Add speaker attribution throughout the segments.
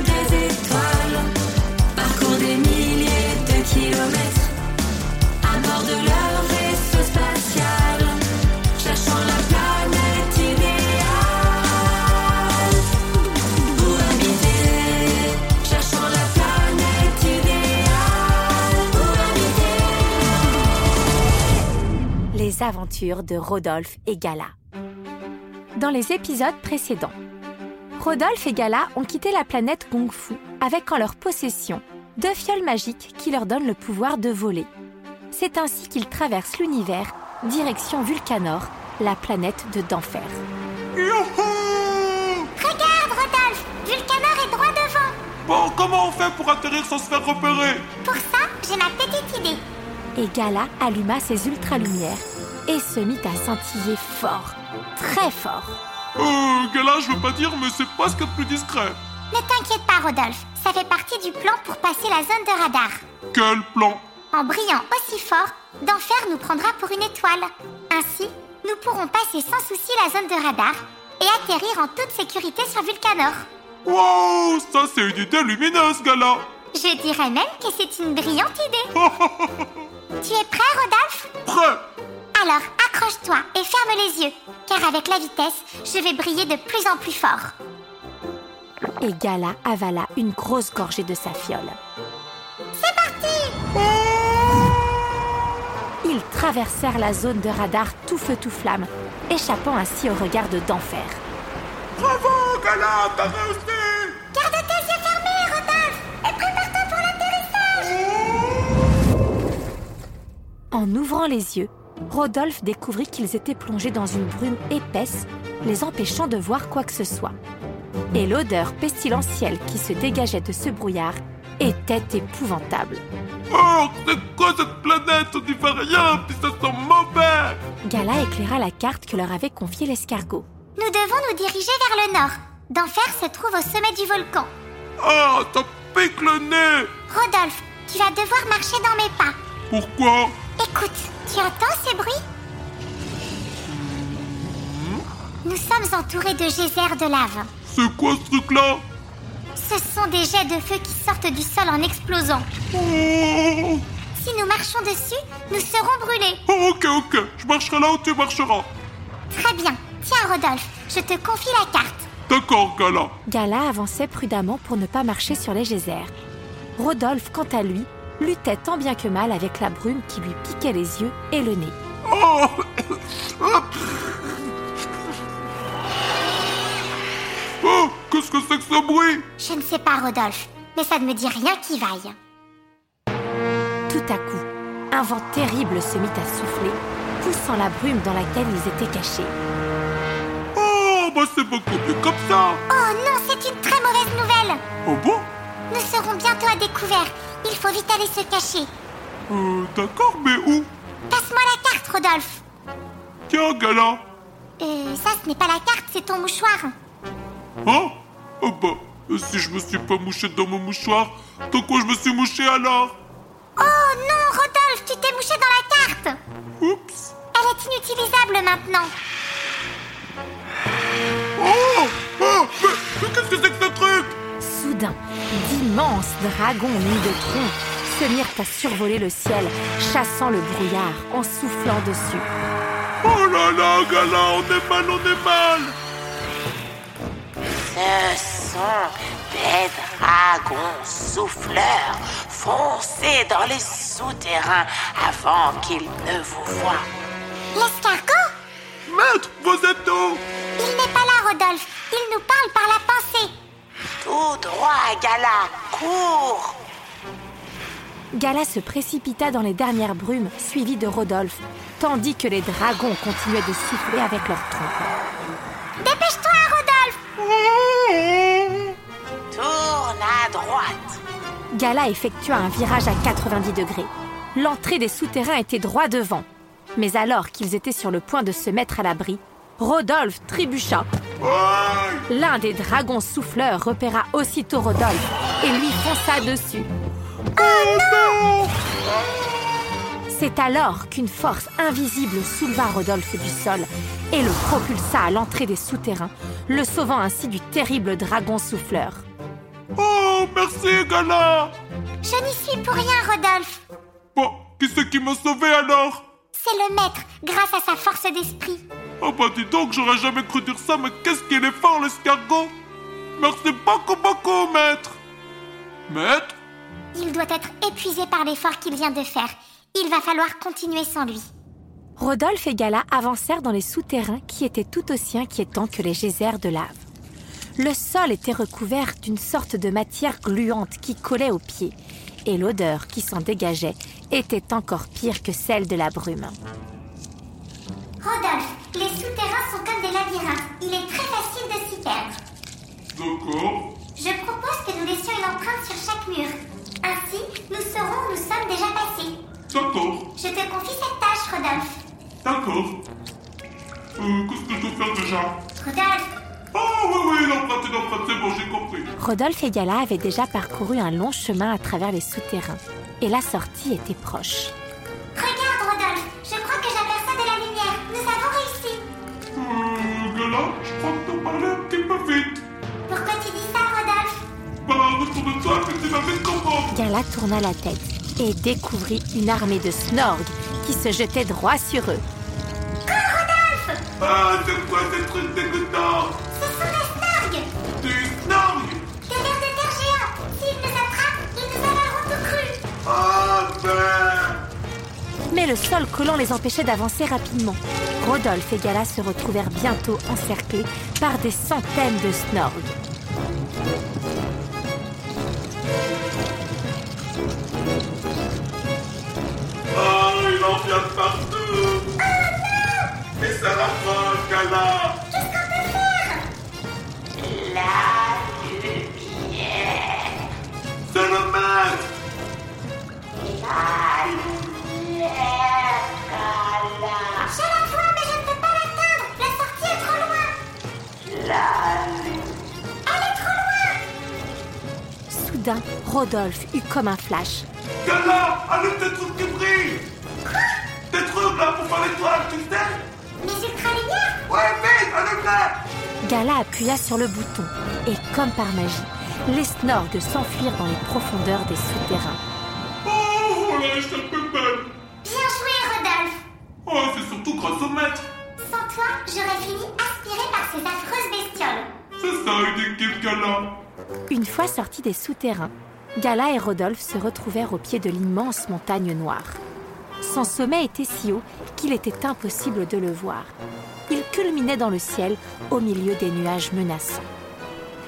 Speaker 1: des étoiles, parcours des milliers de kilomètres, à bord de leur vaisseau spatial, cherchant la planète idéale. Pour habiter, cherchant la planète idéale, pour habiter.
Speaker 2: Les aventures de Rodolphe et Gala. Dans les épisodes précédents, Rodolphe et Gala ont quitté la planète Gongfu avec en leur possession deux fioles magiques qui leur donnent le pouvoir de voler. C'est ainsi qu'ils traversent l'univers direction Vulcanor, la planète de d'enfer.
Speaker 3: Regarde, Rodolphe Vulcanor est droit devant
Speaker 4: Bon, comment on fait pour atterrir sans se faire repérer
Speaker 3: Pour ça, j'ai ma petite idée
Speaker 2: Et Gala alluma ses ultralumières et se mit à scintiller fort, très fort.
Speaker 4: Euh, Gala, je veux pas dire, mais c'est pas ce qu'il y a de plus discret.
Speaker 3: Ne t'inquiète pas, Rodolphe, ça fait partie du plan pour passer la zone de radar.
Speaker 4: Quel plan
Speaker 3: En brillant aussi fort, d'enfer nous prendra pour une étoile. Ainsi, nous pourrons passer sans souci la zone de radar et atterrir en toute sécurité sur Vulcanor.
Speaker 4: Wow, ça c'est une idée lumineuse, Gala
Speaker 3: Je dirais même que c'est une brillante idée. tu es prêt, Rodolphe
Speaker 4: Prêt
Speaker 3: Alors accroche-toi et ferme les yeux, car avec la vitesse, je vais briller de plus en plus fort.
Speaker 2: Et Gala avala une grosse gorgée de sa fiole.
Speaker 3: C'est parti
Speaker 2: Ils traversèrent la zone de radar tout feu tout flamme, échappant ainsi au regard de d'enfer.
Speaker 4: Bravo, Gala, t'as réussi
Speaker 3: Garde tes yeux fermés, Rodolphe Et prépare-toi pour l'atterrissage
Speaker 2: En ouvrant les yeux, Rodolphe découvrit qu'ils étaient plongés dans une brume épaisse, les empêchant de voir quoi que ce soit. Et l'odeur pestilentielle qui se dégageait de ce brouillard était épouvantable.
Speaker 4: Oh, c'est quoi cette planète On n'y fait rien, puis ça sent mauvais
Speaker 2: Gala éclaira la carte que leur avait confiée l'escargot.
Speaker 3: Nous devons nous diriger vers le nord. D'enfer se trouve au sommet du volcan.
Speaker 4: Oh, ça pique le nez
Speaker 3: Rodolphe, tu vas devoir marcher dans mes pas.
Speaker 4: Pourquoi
Speaker 3: Écoute, tu entends ces bruits Nous sommes entourés de geysers de lave.
Speaker 4: C'est quoi ce truc-là
Speaker 3: Ce sont des jets de feu qui sortent du sol en explosant.
Speaker 4: oh,
Speaker 3: Si nous marchons dessus, nous serons brûlés.
Speaker 4: oh, ok, ok, je marcherai là où tu marcheras.
Speaker 3: Très bien. Tiens, Rodolphe, je te confie la carte.
Speaker 4: D'accord, Gala.
Speaker 2: Gala avançait prudemment pour ne pas marcher sur les geysers. Rodolphe, quant à lui, luttait tant bien que mal avec la brume qui lui piquait les yeux et le nez.
Speaker 4: Oh Oh Qu'est-ce que c'est que ce bruit
Speaker 3: Je ne sais pas, Rodolphe, mais ça ne me dit rien qui vaille.
Speaker 2: Tout à coup, un vent terrible se mit à souffler, poussant la brume dans laquelle ils étaient cachés.
Speaker 4: Oh Bah c'est beaucoup mieux comme ça
Speaker 3: Oh non, c'est une très mauvaise nouvelle.
Speaker 4: Oh bon
Speaker 3: Nous serons bientôt à découvert. Il faut vite aller se cacher.
Speaker 4: Euh, d'accord, mais où
Speaker 3: Passe-moi la carte, Rodolphe.
Speaker 4: Tiens, Gala
Speaker 3: Euh, ça, ce n'est pas la carte, c'est ton mouchoir.
Speaker 4: Hein Oh bah, euh, si je me suis pas mouché dans mon mouchoir, dans quoi je me suis mouché alors
Speaker 3: Oh non, Rodolphe, tu t'es mouché dans la carte.
Speaker 4: Oups
Speaker 3: Elle est inutilisable maintenant.
Speaker 4: Oh Oh Mais, mais qu'est-ce que c'est que ce truc
Speaker 2: Soudain, d'immenses dragons nus de tronc se mirent à survoler le ciel, chassant le brouillard en soufflant dessus.
Speaker 4: Oh là là, Gala, on est mal, on est mal
Speaker 5: Ce sont des dragons souffleurs. Foncez dans les souterrains avant qu'ils ne vous voient.
Speaker 3: L'escargot
Speaker 4: Maître, vos ados
Speaker 3: Il n'est pas là, Rodolphe. Il nous parle par la pensée.
Speaker 5: Tout droit à Gala, cours
Speaker 2: Gala se précipita dans les dernières brumes, suivi de Rodolphe, tandis que les dragons continuaient de souffler avec leurs trompes.
Speaker 3: Dépêche-toi, Rodolphe.
Speaker 5: Tourne à droite.
Speaker 2: Gala effectua un virage à 90 degrés. L'entrée des souterrains était droit devant. Mais alors qu'ils étaient sur le point de se mettre à l'abri, Rodolphe trébucha. L'un des dragons souffleurs repéra aussitôt Rodolphe et lui fonça dessus. C'est alors qu'une force invisible souleva Rodolphe du sol et le propulsa à l'entrée des souterrains, le sauvant ainsi du terrible dragon souffleur.
Speaker 4: Oh, merci, Gala
Speaker 3: Je n'y suis pour rien, Rodolphe.
Speaker 4: Bon, qui c'est qui m'a sauvé alors
Speaker 3: C'est le maître, grâce à sa force d'esprit.
Speaker 4: Oh bah dis donc, j'aurais jamais cru dire ça, mais qu'est-ce qu'il est fort, l'escargot Merci beaucoup, beaucoup, maître Maître
Speaker 3: Il doit être épuisé par l'effort qu'il vient de faire. Il va falloir continuer sans lui.
Speaker 2: Rodolphe et Gala avancèrent dans les souterrains qui étaient tout aussi inquiétants que les geysers de lave. Le sol était recouvert d'une sorte de matière gluante qui collait aux pieds, et l'odeur qui s'en dégageait était encore pire que celle de la brume.
Speaker 3: Rodolphe, les souterrains sont comme des labyrinthes. Il est très facile de s'y perdre.
Speaker 4: D'accord.
Speaker 3: Je propose que nous laissions une empreinte sur chaque mur. Ainsi, nous saurons où nous sommes déjà passés.
Speaker 4: D'accord.
Speaker 3: Je te confie cette tâche, Rodolphe.
Speaker 4: D'accord. Euh, qu'est-ce que je dois faire déjà
Speaker 3: Rodolphe,
Speaker 4: Oh oui, oui, l'empreinte, l'empreinte, c'est bon, j'ai compris.
Speaker 2: Rodolphe et Gala avaient déjà parcouru un long chemin à travers les souterrains, et la sortie était proche.
Speaker 3: regarde, Rodolphe. Je crois que j'aperçois de la lumière. Nous avons réussi.
Speaker 4: Euh, Gala, je crois que t'as parlé un petit peu vite.
Speaker 3: Pourquoi tu dis ça, Rodolphe
Speaker 4: Bah, retourne-toi, et tu vas vite comprendre.
Speaker 2: Gala tourna la tête et découvrit une armée de snorgs qui se jetait droit sur eux.
Speaker 4: Ah, c'est quoi ces trucs dégoûtants
Speaker 3: Ce sont des snorgs
Speaker 4: Des snorgs
Speaker 3: Des vers de terre géants S'ils nous attrapent, ils nous avaleront tout cru
Speaker 4: Ah, ben...
Speaker 2: Mais le sol collant les empêchait d'avancer rapidement. Rodolphe et Gala se retrouvèrent bientôt encerclés par des centaines de snorgs.
Speaker 4: Oh, il en vient de partout Et ça la fin, Gala
Speaker 5: La lumière,
Speaker 4: C'est le mal
Speaker 5: la lumière, Gala,
Speaker 3: Je la vois, mais je ne peux pas l'atteindre La sortie est trop loin
Speaker 5: la lumière.
Speaker 3: Elle est trop loin
Speaker 2: Soudain, Rodolphe eut comme un flash.
Speaker 4: Gala, allume tes trucs qui brillent Tes trucs là pour faire l'étoile, tu sais
Speaker 3: Mes ultra-lumières
Speaker 4: Ouais, vite, allume-la
Speaker 2: Gala appuya sur le bouton et, comme par magie, les snorgs s'enfuirent dans les profondeurs des souterrains.
Speaker 4: Oh, là, je t'en peux même
Speaker 3: Bien joué, Rodolphe
Speaker 4: Oh, c'est surtout grâce au maître
Speaker 3: Sans toi, j'aurais fini aspiré par ces affreuses bestioles
Speaker 4: C'est ça, une équipe, Gala
Speaker 2: Une fois sortis des souterrains, Gala et Rodolphe se retrouvèrent au pied de l'immense montagne noire. Son sommet était si haut qu'il était impossible de le voir. Il culminait dans le ciel au milieu des nuages menaçants.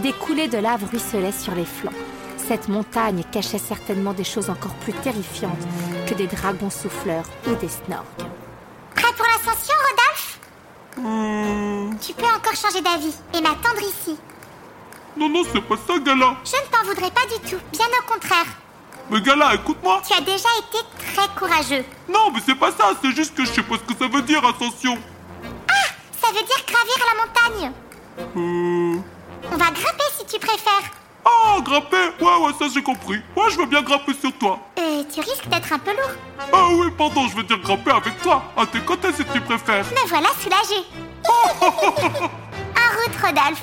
Speaker 2: Des coulées de lave ruisselaient sur les flancs. Cette montagne cachait certainement des choses encore plus terrifiantes que des dragons souffleurs ou des snorks.
Speaker 3: Prêt pour l'ascension, Rodolphe Tu peux encore changer d'avis et m'attendre ici
Speaker 4: Non, non, c'est pas ça, Gala
Speaker 3: Je ne t'en voudrais pas du tout, bien au contraire
Speaker 4: Mais Gala, écoute-moi
Speaker 3: Tu as déjà été très courageux
Speaker 4: Non, mais c'est pas ça, c'est juste que je sais pas ce que ça veut dire, ascension
Speaker 3: Ah, Ça veut dire gravir la montagne
Speaker 4: Euh...
Speaker 3: On va grimper si tu préfères
Speaker 4: Ah, grimper Ouais, ouais, ça j'ai compris Ouais, je veux bien grimper sur toi
Speaker 3: Euh, tu risques d'être un peu lourd.
Speaker 4: Ah oui, pardon, je veux dire grimper avec toi, à tes côtés si tu préfères.
Speaker 3: Me voilà soulagée. en route, Rodolphe.